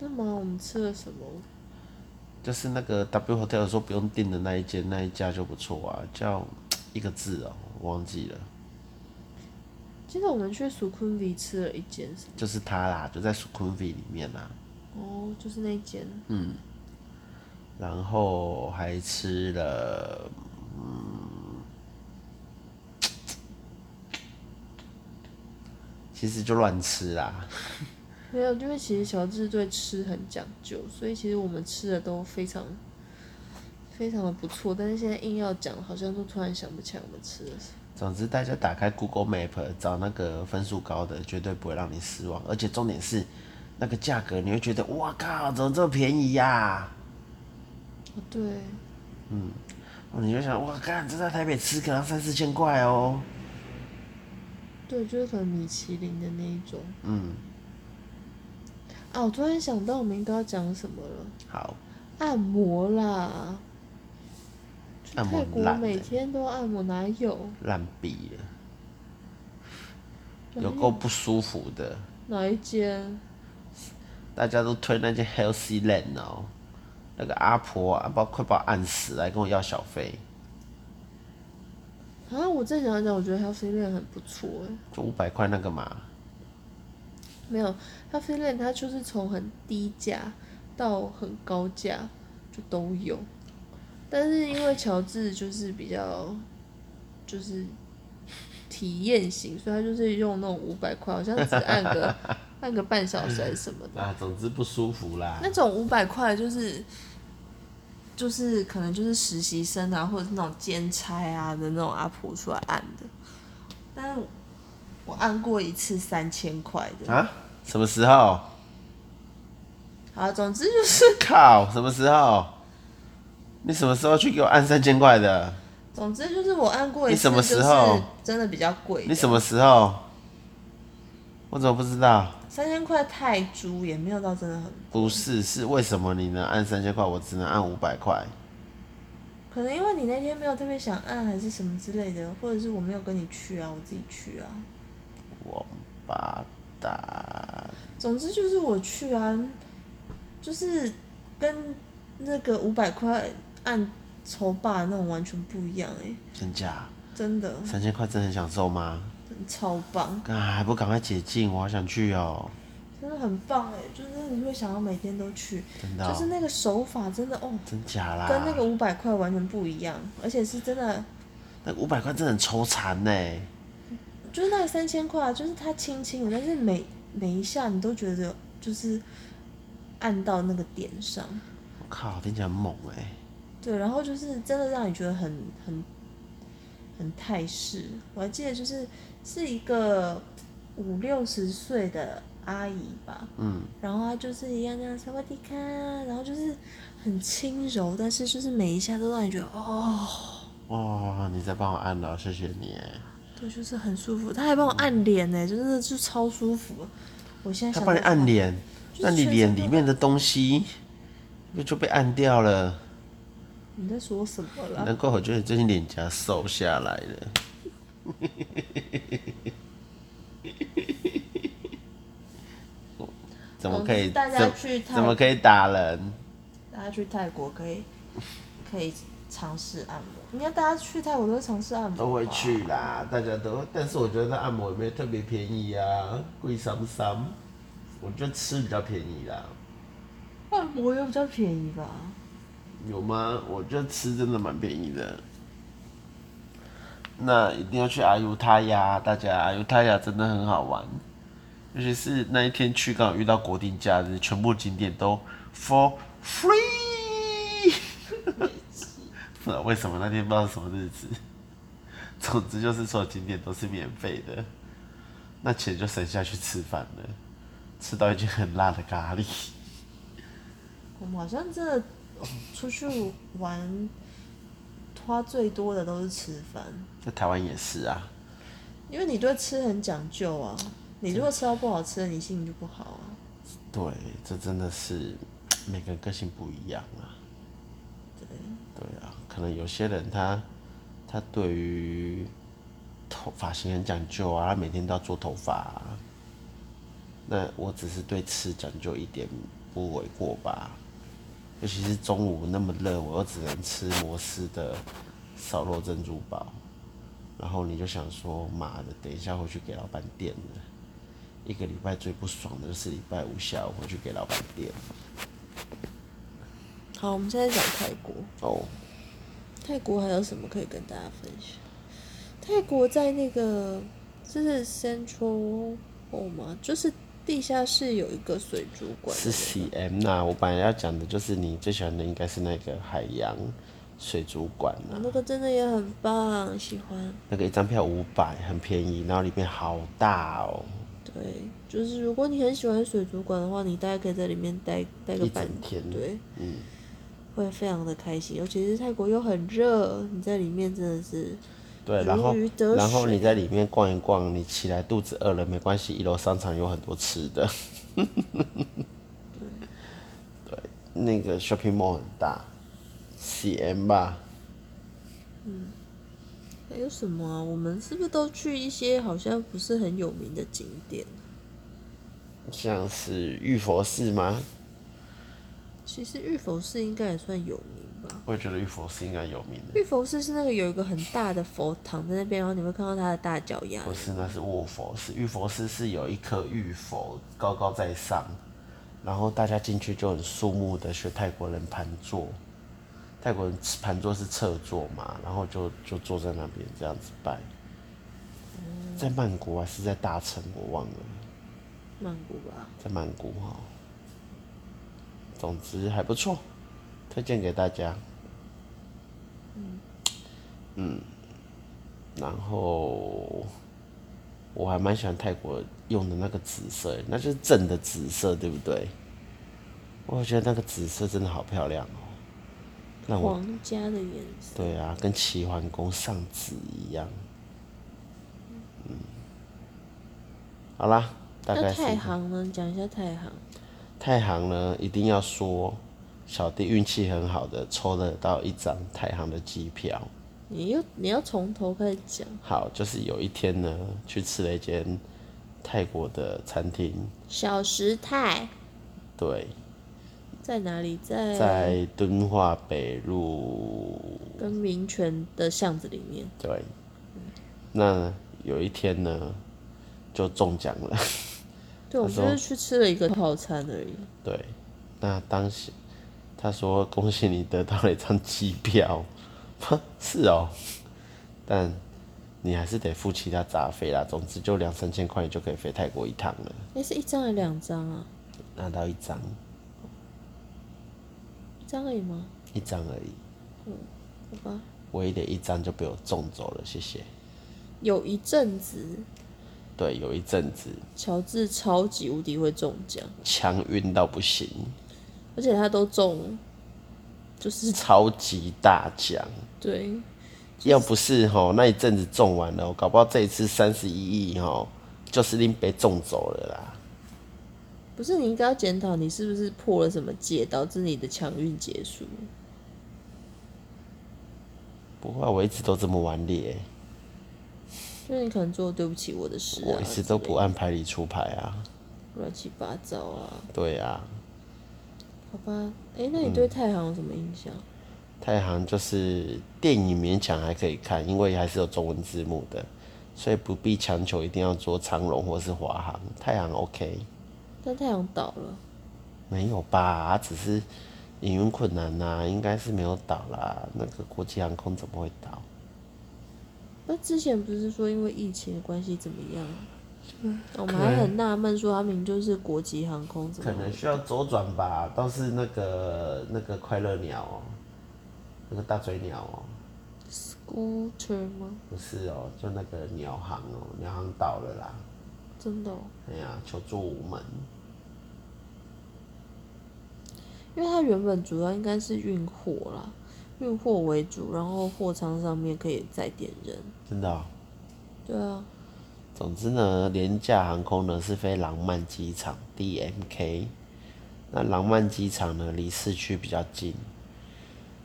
那么我们吃了什么？
就是那个 W Hotel 说不用订的那一间，那一家就不错啊，叫一个字哦、我忘记了，
记得我们去苏坤比吃了一间什么？
就是它啦，就在 s u k u n v i 里面啦。
哦，就是那间。
然后还吃了，嗯，其实就乱吃啦。
没有，因为其实小智对吃很讲究，所以其实我们吃的都非常非常的不错。但是现在硬要讲，好像都突然想不起来我们吃了什么。
总之，大家打开 Google Map 找那个分数高的，绝对不会让你失望。而且重点是，那个价格你会觉得，哇靠，怎么这么便宜呀、
哦，对，
你就想，哇，干，这在台北吃可能要三四千块哦。
对，就是可能米其林的那一种。嗯。啊，我突然想到我们应该要讲什么了，
好，
按摩啦。去
按摩
泰
很
国
烂
每
欸
天都按摩，哪有？
烂毙了，
哪
有够不舒服的。
哪一间？
大家都推那件 Healthy Land 哦，那个阿婆啊，把快把我按死，来跟我要小费，
啊，我再想一想，我觉得 Healthy Land 很不错哎、
就五百块那个嘛。
没有，它 f i l a n 它就是从很低价到很高价就都有，但是因为乔治就是比较就是体验型，所以他就是用那种五百块，好像只 按个按个半小时还是什么的，
啊，总之不舒服啦
那种五百块就是。就是可能就是实习生啊，或者是那种兼差啊的那种阿婆出来按的，但是我按过一次三千块的，
啊，什么时候？
好，总之就是，
靠，什么时候？你什么时候去给我按三千块的？
总之就是我按过一
你
次，
什么时候
真的比较贵的？
你什么时候？我怎么不知道？
三千块泰铢也没有到真的很，
不是，是为什么你能按三千块，我只能按五百块？
可能因为你那天没有特别想按还是什么之类的，或者是我没有跟你去啊，我自己去啊。
王八蛋！
总之就是我去啊，就是跟那个五百块按筹霸那种完全不一样哎、
真假？
真的
三千块真的很享受吗？
超棒，
啊，还不赶快解禁，我好想去哦！
真的很棒哎、就是你会想要每天都去，
真的、哦，
就是那个手法真的哦。
真假啦？
跟那个五百块完全不一样，而且是真的，
那五百块真的很抽残呢。
就是那三千块啊，就是它轻轻的，但是每每一下你都觉得就是按到那个点上，
我靠，听起来很猛哎！
对，然后就是真的让你觉得很很很泰式。我还记得就是是一个五六十岁的阿姨吧，
嗯，
然后她就是一样那样萨瓦迪卡，啊然后就是很轻柔，但是就是每一下都让你觉得哦。
哇，你在帮我按了，谢谢你哎。
对，就是很舒服。他还帮我按脸呢、就是就超舒服。我现在
他
想
帮你
到
按脸，
就是
那你
全
脸
身都
里面的东西不就被按掉了？
你在说什么啦？
难怪我觉得你最近脸颊瘦下来了。 怎么可以？
总之大家
怎
去泰
怎么可以打人？
大家去泰国可以可以尝试按摩，应该大家去泰国都会尝试按摩。
都会。去啦，大家都会。但是我觉得那按摩也没有特别便宜啊，贵三三。我觉得吃比较便宜啦，
按摩啊又比较便宜吧？
有吗？我觉得吃真的蛮便宜的。那一定要去阿尤他呀，大家阿尤他呀真的很好玩，尤其是那一天去刚好遇到国定假日，全部景点都 for free。不知道为什么那天不知道什么日子， 总之就是所有景点都是免费的，那钱就省下去吃饭了。吃到一件很辣的咖喱。
我们好像真的出去玩花最多的都是吃饭，
在台湾也是啊，
因为你对吃很讲究啊。你如果吃到不好吃的，你心情就不好啊。
对，这真的是每个人个性不一样啊。对。对啊，可能有些人他他对于头发型很讲究啊，他每天都要做头发、啊。那我只是对吃讲究一点不为过吧。尤其是中午那么热，我又只能吃摩斯的烧肉珍珠堡，然后你就想说，妈的，等一下回去给老板垫了。一个礼拜最不爽的就是礼拜五下午回去给老板垫。
好，我们现在讲泰国。
哦，
泰国还有什么可以跟大家分享？泰国在那个这是 Central Hall 吗？就是地下室有一个水族馆的
是
那个，
CM 呐、我本来要讲的就是你最喜欢的应该是那个海洋水族馆呐、
那个真的也很棒，喜欢。
那个一张票五百，很便宜，然后里面好大哦，
对，就是如果你很喜欢水族馆的话，你大概可以在里面待待个
一
半
整天。
对，
嗯，
会非常的开心。尤其是泰国又很热，你在里面真的是
对，
如
然后
鱼得
然后
水
你在里面逛一逛，你起来肚子饿了没关系，一楼商场有很多吃 的。对，那个 shopping mall 很大，CM 吧。
还有什么啊？我们是不是都去一些好像不是很有名的景点？
像是玉佛寺吗？
其实玉佛寺应该也算有名吧。
我也觉得玉佛寺应该有名的，
玉佛寺是那个有一个很大的佛堂在那边，然后你会看到它的大脚丫
不。是，那是卧佛寺。玉佛寺是有一颗玉佛高高在上，然后大家进去就很肃穆的学泰国人盘坐，泰国人盘坐是侧坐嘛，然后就就坐在那边这样子拜。在曼谷还是在大城，我忘了，
曼谷吧，
在曼谷哈。总之还不错，推荐给大家。嗯然后我还蛮喜欢泰国用的那个紫色，那就是正的紫色，对不对？我觉得那个紫色真的好漂亮哦，让我
皇家的颜色。
对啊，跟齐桓公上紫一样。嗯，好啦，大
那
概是
太行呢？讲一下太行。
太行呢，一定要说小弟运气很好的抽得到一张太行的机票。
你又你要从头开始讲，
好，就是有一天呢，去吃了一间泰国的餐厅，
小时泰
对，
在哪里？在
在敦化北路，
跟民权的巷子里面。
对。那有一天呢，就中奖了，
对，我们
那时
就
候
是去吃了一个套餐而已。
对。那当时他说：“恭喜你得到了一张机票。” 是哦，但你还是得付其他杂费啦。总之就两三千块，你就可以飞泰国一趟了。
哎，是一张还是两张啊？
拿到一张，
一张而已吗？
一张而已。
好吧。
唯一的一张就被我中走了，谢谢。
有一阵子，
对，有一阵子
乔治超级无敌会中奖，
强运到不行，
而且他都中，就是
超级大奖。
对。
要不是吼那一阵子中完了，我搞不好这一次三十一亿吼，就是令被中走了啦。
不是你应该要检讨你是不是破了什么戒，导致你的强运结束？
不过我一直都这么顽劣、
就是你可能做了对不起我的事啊，
我一直都不
之类
按牌理出牌啊。
的乱七八糟啊，
对啊，
好吧。哎、那
嗯
你对太行有什么印象？
太行就是电影勉强还可以看，因为还是有中文字幕的，所以不必强求一定要做长龙或是华航。太行 OK。
但太行倒了，
没有吧？只是营运困难呐、应该是没有倒啦。那个国际航空怎么会倒？
那之前不是说因为疫情的关系怎么样？嗯，我们还很纳闷说他明明就是国际航空，怎
可
么
能需要周转吧。倒是那个那个快乐鸟哦、那个大嘴鸟哦、
scooter 吗？
不是哦、就那个鸟航哦、鸟航倒了啦。
真的、哦，
哎呀，求助无门。
因为它原本主要应该是运货啦，运货为主，然后货仓上面可以载点人。
真的哦、
对啊，
总之呢，廉价航空呢是飞廊曼机场 （DMK）。那廊曼机场呢，离市区比较近，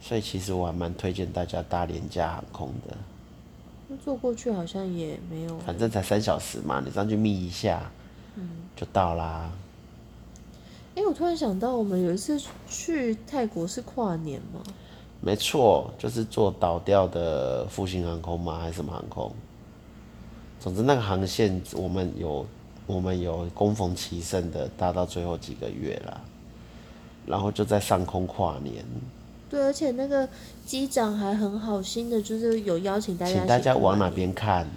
所以其实我还蛮推荐大家搭廉价航空的。
那坐过去好像也没有。
反正才三小时嘛，你上去眯一下，就到啦。
哎、我突然想到，我们有一次去泰国是跨年嘛，
没错，就是坐倒掉的复兴航空吗？还是什么航空？总之那个航线我们有我们有攻逢其胜的搭到最后几个月啦，然后就在上空跨年，
对，而且那个机长还很好心的，就是有邀请大家，
请大家往哪？边看？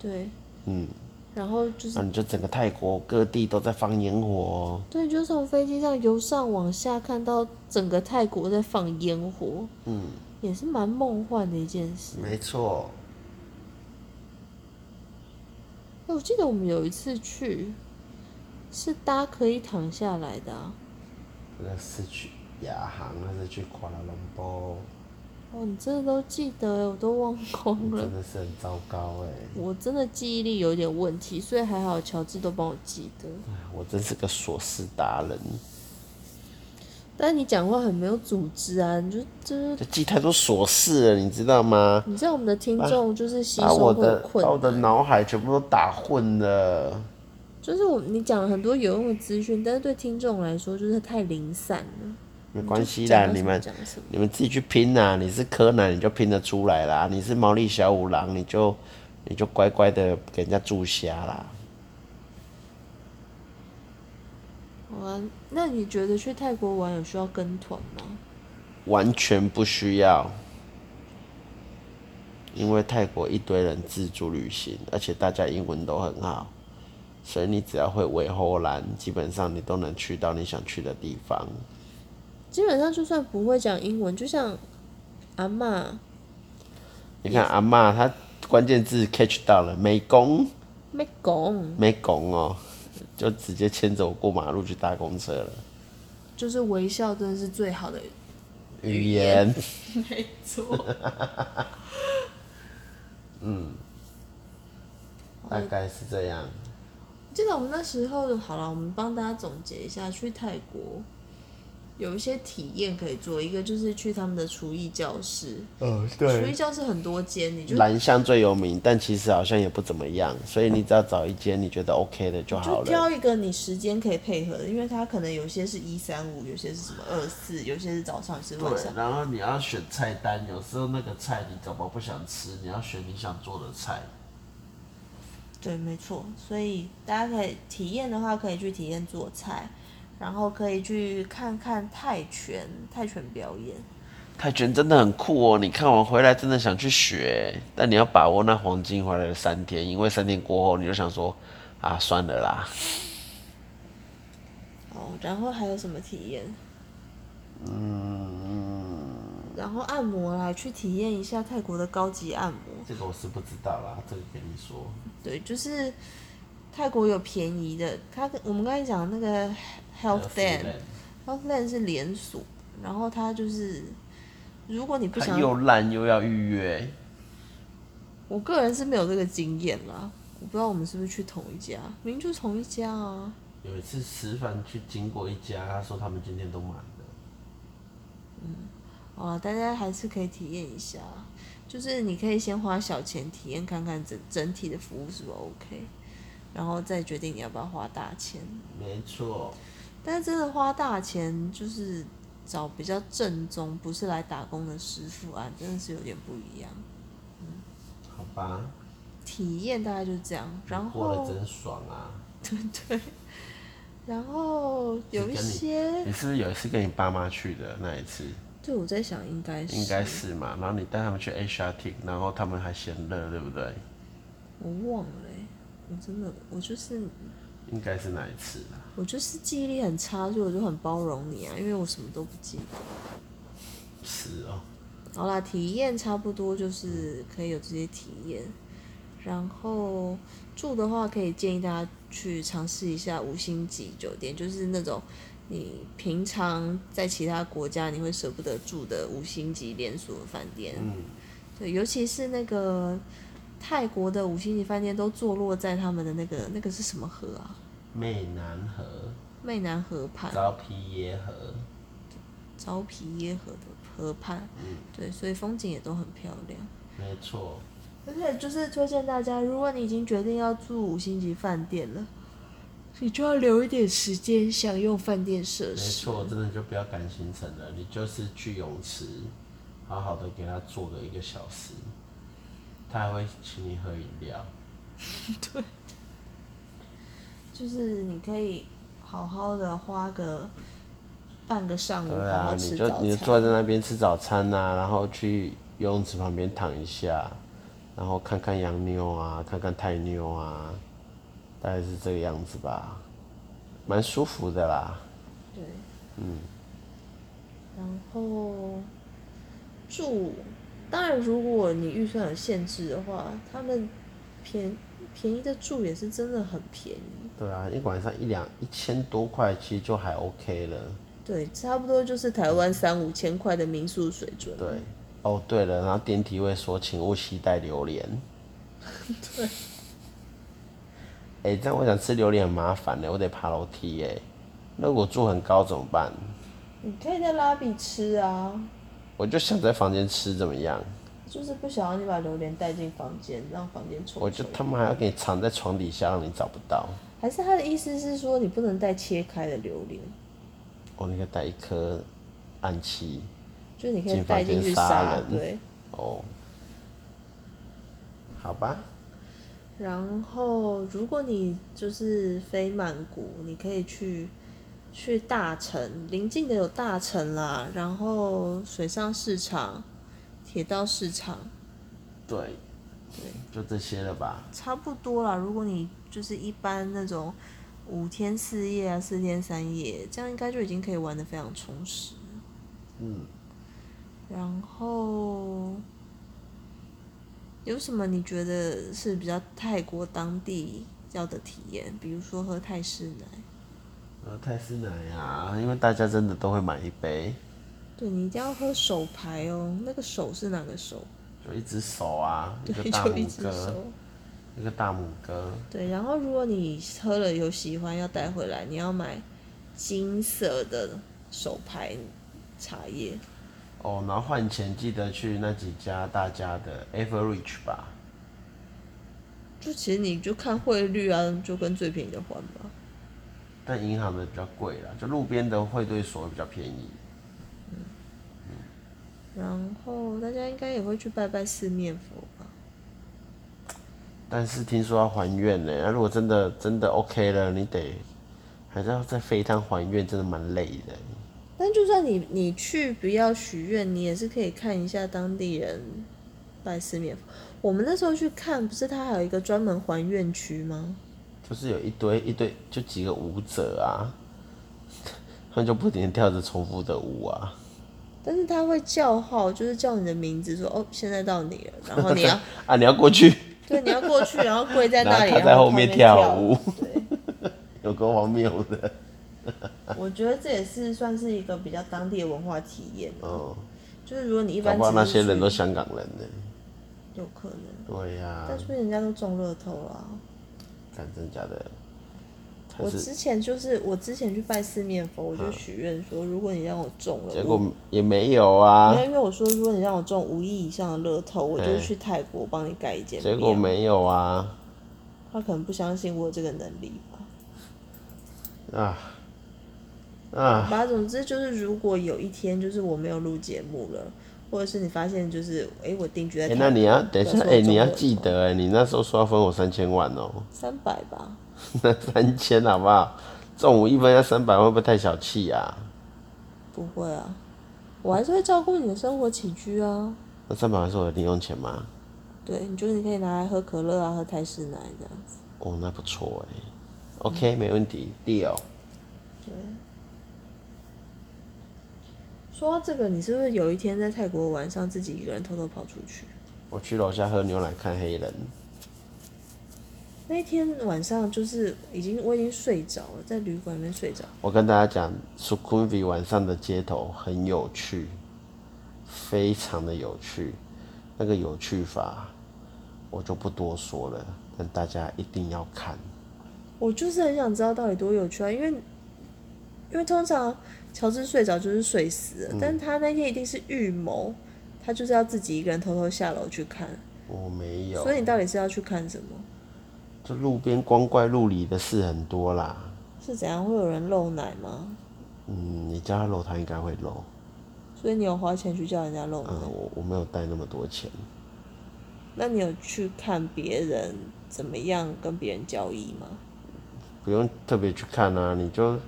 对，
嗯，啊
然后就是
那你就整个泰国各地都在放烟火哦，
对，就从飞机上由上往下看到整个泰国在放烟火，嗯，也是蛮梦幻的一件事。
没错，
哎我记得我们有一次去，是搭可以躺下来的、啊，
那是去亚航，那是去瓜拉隆坡，
哦，你真的都记得欸，我都忘光了
真。的是很糟糕哎、
我真的记忆力有点问题，所以还好乔治都帮我记得。
我真是个琐事达人。
但你讲话很没有组织啊，你就就是
就记太多琐事了，你知道吗？
你知道我们的听众就是吸
把我
收会有
的把我
困
的
难，
脑海全部都打混了。
就是我你讲了很多有用的资讯，但是对听众来说就是太零散了。
没关系
讲
啦，
到
你
什么
们
讲什么？
你们自己去拼啦。你是柯南，你就拼得出来啦；你是毛利小五郎，你就你就乖乖的给人家注瞎啦。
好啊，那你觉得去泰国玩有需要跟团吗？
完全不需要，因为泰国一堆人自助旅行，而且大家英文都很好，所以你只要会维护兰，基本上你都能去到你想去的地方。
基本上就算不会讲英文，就像阿嬷
你看阿嬷她关键字 catch 到了，美工
没讲，
美工哦，就直接牵着我过马路去搭公车了。
就是微笑真的是最好的
语言，
没错。
大概是这样。
记得我们那时候，好了，我们帮大家总结一下，去泰国有一些体验可以做，一个就是去他们的厨艺教室，
嗯，
厨艺。教室很多间，你就
兰香最有名，但其实好像也不怎么样，所以你只要找一间你觉得 OK 的就好
就
了。
挑一个你时间可以配合的，因为它可能有些是一三五，有些是什么二四，有些是早上，有些是晚
对
上，。
然后你要选菜单，有时候那个菜你怎么不想吃，你要选你想做的菜。
对，没错，所以大家可以体验的话，可以去体验做菜，然后可以去看看泰拳，泰拳表演。
泰拳真的很酷哦，你看完回来真的想去学，但你要把握那黄金回来的三天，因为三天过后你就想说，啊，算了啦。
哦，然后还有什么体验？嗯，然后按摩啦，去体验一下泰国的高级按摩。
这个我是不知道啦，这个跟你说。
对，就是泰国有便宜的，它跟我们刚才讲的那个呃 Health Land，Health Land 是连锁，然后它就是如果你不
它
想，
又烂又要预约，
我个人是没有这个经验啦，我不知道我们是不是去同一家，明明就是同一家啊。
有一次吃饭去经过一家，他说他们今天都满了。
好了，大家还是可以体验一下，就是你可以先花小钱体验看看整整体的服务是否 OK，然后再决定你要不要花大钱。
没错，
但是真的花大钱，就是找比较正宗，不是来打工的师傅啊，真的是有点不一样。
好吧，
体验大概就是这样，然
过得
后
真爽啊。
然后有
跟
一
你
些，
你是不是有一次跟你爸妈去的那一次？
对我在想应该是
应该是嘛。然后你带他们去 A Shooting，然后他们还嫌热，对不对？
我忘了、欸，我真的我就是
应该是那一次啦。
我就是记忆力很差，所以我就很包容你啊，因为我什么都不记得。
是哦，
好啦，体验差不多就是可以有这些体验，然后住的话可以建议大家去尝试一下五星级酒店，就是那种你平常在其他国家你会舍不得住的五星级连锁饭店，对，尤其是那个泰国的五星级饭店都坐落在他们的那个那个是什么河啊？
湄南河、
湄南河畔，
昭披耶河，
昭披耶河的河畔，
嗯
对，所以风景也都很漂亮。
没错，
而且就是推荐大家，如果你已经决定要住五星级饭店了，你就要留一点时间享用饭店设
没
施。
错，真的就不要赶行程了，你就是去泳池，好好的给他做个一个小时，他还会请你喝饮料。
就是你可以好好的花个半个上午，
对
好
啊
好，吃
你
早
就
餐。
你就坐在那边吃早餐呐、然后去游泳池旁边躺一下，然后看看洋妞啊，看看泰妞啊，大概是这个样子吧，蛮舒服的啦。
对，嗯，然后住，当然如果你预算有限制的话，他们便便宜的住也是真的很便宜，
对啊，一晚上一两一千多块，其实就还 OK 了。
对，差不多就是台湾三五千块的民宿水准。
对，哦对了，然后电梯会说请勿携带榴莲。对。哎、这样我想吃榴莲很麻烦呢，我得爬楼梯耶。那如果住很高怎么办？
你可以在拉比吃啊，
我就想在房间吃怎么样？
就是不想要你把榴莲带进房间，让房间臭
我就
臭。
他妈还要给你藏在床底下，让你找不到。
还是他的意思是说，你不能带切开的榴莲，
我那个带一颗暗器
就是你可以
进
带
房
进
间
去
杀
杀。
人。
对，
哦，好吧，
然后，如果你就是飞曼谷，你可以去去大城，邻近的有大城啦，然后水上市场、铁道市场，
对，就这些了吧。
差不多啦。如果你就是一般那种五天四夜啊、四天三夜，这样应该就已经可以玩的非常充实。嗯。然后有什么你觉得是比较泰国当地要的体验？比如说喝泰式奶，
呃，泰式奶啊，因为大家真的都会买一杯，
对你一定要喝手牌哦。那个手是哪个手？
就一只手啊，一个
对，
大
就一
拇
只
哥，
手。
一个大拇哥，
对，然后如果你喝了有喜欢要带回来，你要买金色的手牌茶叶。
哦，然后换钱记得去那几家大家的 Average 吧。
就其实你就看汇率啊，就跟最便宜的换吧。
但银行的比较贵啦，就路边的汇兑所比较便宜。
然后大家应该也会去拜拜四面佛吧？
但是听说要还愿呢，那如果真的真的 OK 了，你得还是要再飞一趟还愿，真的蛮累的。
但就算你你去不要许愿，你也是可以看一下当地人拜四面佛。我们那时候去看，不是它还有一个专门还愿区吗？
就是有一堆一堆，就几个舞者啊， 他们就不停地跳着重复的舞啊。
但是他会叫号，就是叫你的名字，说哦，现在到你了，然后你要
啊，你要过去，
对，你要过去，然后跪在
然
那
后
里，
他
然
在后面
面
跳舞
对，
有个荒谬的。
我觉得这也是算是一个比较当地的文化体验。啊
哦，
就是如果你一
搞
般
不好那
只是
些人
去
都香港人呢。
有可能，
对呀、
但是人家都中乐透了啊、
看真假的，还
我
是嗯
之前就是我之前去拜四面佛，我就许愿说，如果你让我中了，
结
我
果也没有啊
没有，，因为我说如果你让我中五亿以上的乐透，我就
嗯
去泰国帮你盖一间
结
庙。
果没有啊，
他可能不相信我有这个能力吧。
啊啊，
好吧，总之就是，如果有一天就是我没有录节目了，或者是你发现就是，哎、我定居在
哎、
台、
那你要等一
我
下，
说我
哎、你要
中了
记得哎、你那时候说要分我三千万哦、
三百吧，
那三千好不好？中午一分要三百，会不会太小气啊？
不会啊，我还是会照顾你的生活起居啊。
那三百还是我的零用钱吗？
对，你就是你可以拿来喝可乐啊，喝泰式奶这样子。
哦，那不错哎、OK，没问题，deal。
对。说到这个，你是不是有一天在泰国晚上自己一个人偷偷跑出去？
我去楼下喝牛奶看黑人，
那一天晚上就是已经我已经睡着了，在旅馆里面睡着。
我跟大家讲 s u k u v i 晚上的街头很有趣，非常的有趣。那个有趣法我就不多说了，但大家一定要看。
我就是很想知道到底多有趣啊，因为因为通常乔治睡着就是睡死了，
嗯
但他那天一定是预谋，他就是要自己一个人偷偷下楼去看。
我没有
所，以你到底是要去看什么？
这路边光怪陆离的事很多啦。
是怎样会有人漏奶吗？
嗯，你叫他搂，他应该会搂。
所以你有花钱去叫人家漏奶？
嗯，我我没有带那么多钱。
那你有去看别人怎么样跟别人交易吗？
不用特别去看啊，你就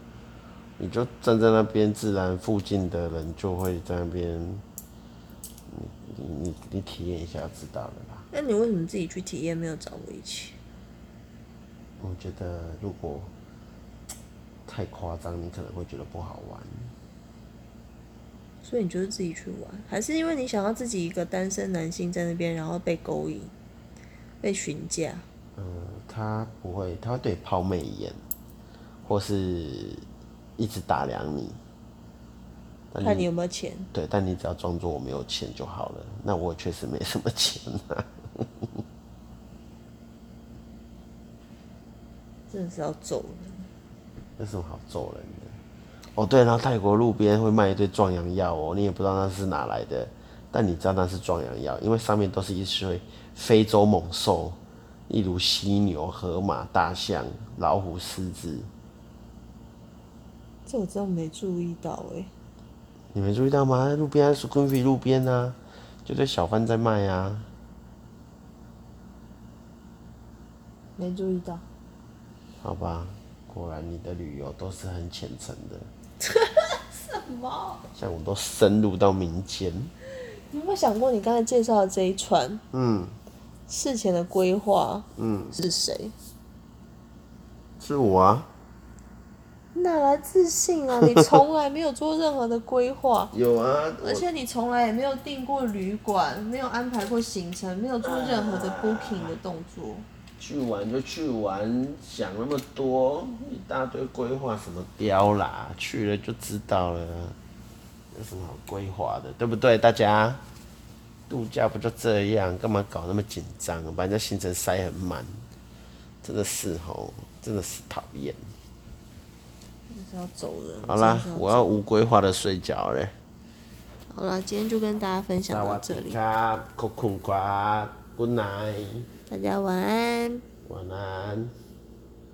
你就站在那边，自然附近的人就会在那边，你你你你体验一下就知道了啦。
那你为什么自己去体验，没有找我一起？
我觉得如果太夸张，你可能会觉得不好玩。
所以你就是自己去玩，还是因为你想要自己一个单身男性在那边，然后被勾引、被询价？
嗯，他不会，他会对你抛媚眼，或是一直打量你。但
看你有没有钱。
对，但你只要装作我没有钱就好了。那我确实没什么钱啊。
真的是要走了。
有什么好揍人的？哦，对，然后泰国路边会卖一堆壮阳药哦，你也不知道那是哪来的，但你知道那是壮阳药，因为上面都是一些非洲猛兽，例如犀牛、河马、大象、老虎、狮子。
这我真的没注意到哎、
你没注意到吗？路边是 Queen 路边啊，就对小贩在卖啊。
没注意到。
好吧，果然你的旅游都是很虔诚的。 什么？像我都深入到民间。
你有没有想过，你刚才介绍的这一串
嗯，
事前的规划，嗯，是谁？
是我啊。，
哪来自信啊？你从来没有做任何的规划
有啊，我
而且你从来也没有订过旅馆，没有安排过行程，没有做任何的
啊
booking 的动作。
去玩就去玩，想那么多，一大堆规划什么雕啦，去了就知道了，有什么好规划的，对不对？大家度假不就这样，干嘛搞那么紧张？把人家行程塞很满，真的是吼，真的是讨厌。
就是要走人。
好啦
真的是，
我要无规划的睡觉嘞。
好啦，今天就跟大家分享到这里，
卡，困困瓜，Good night，
大家晚安。
晚安。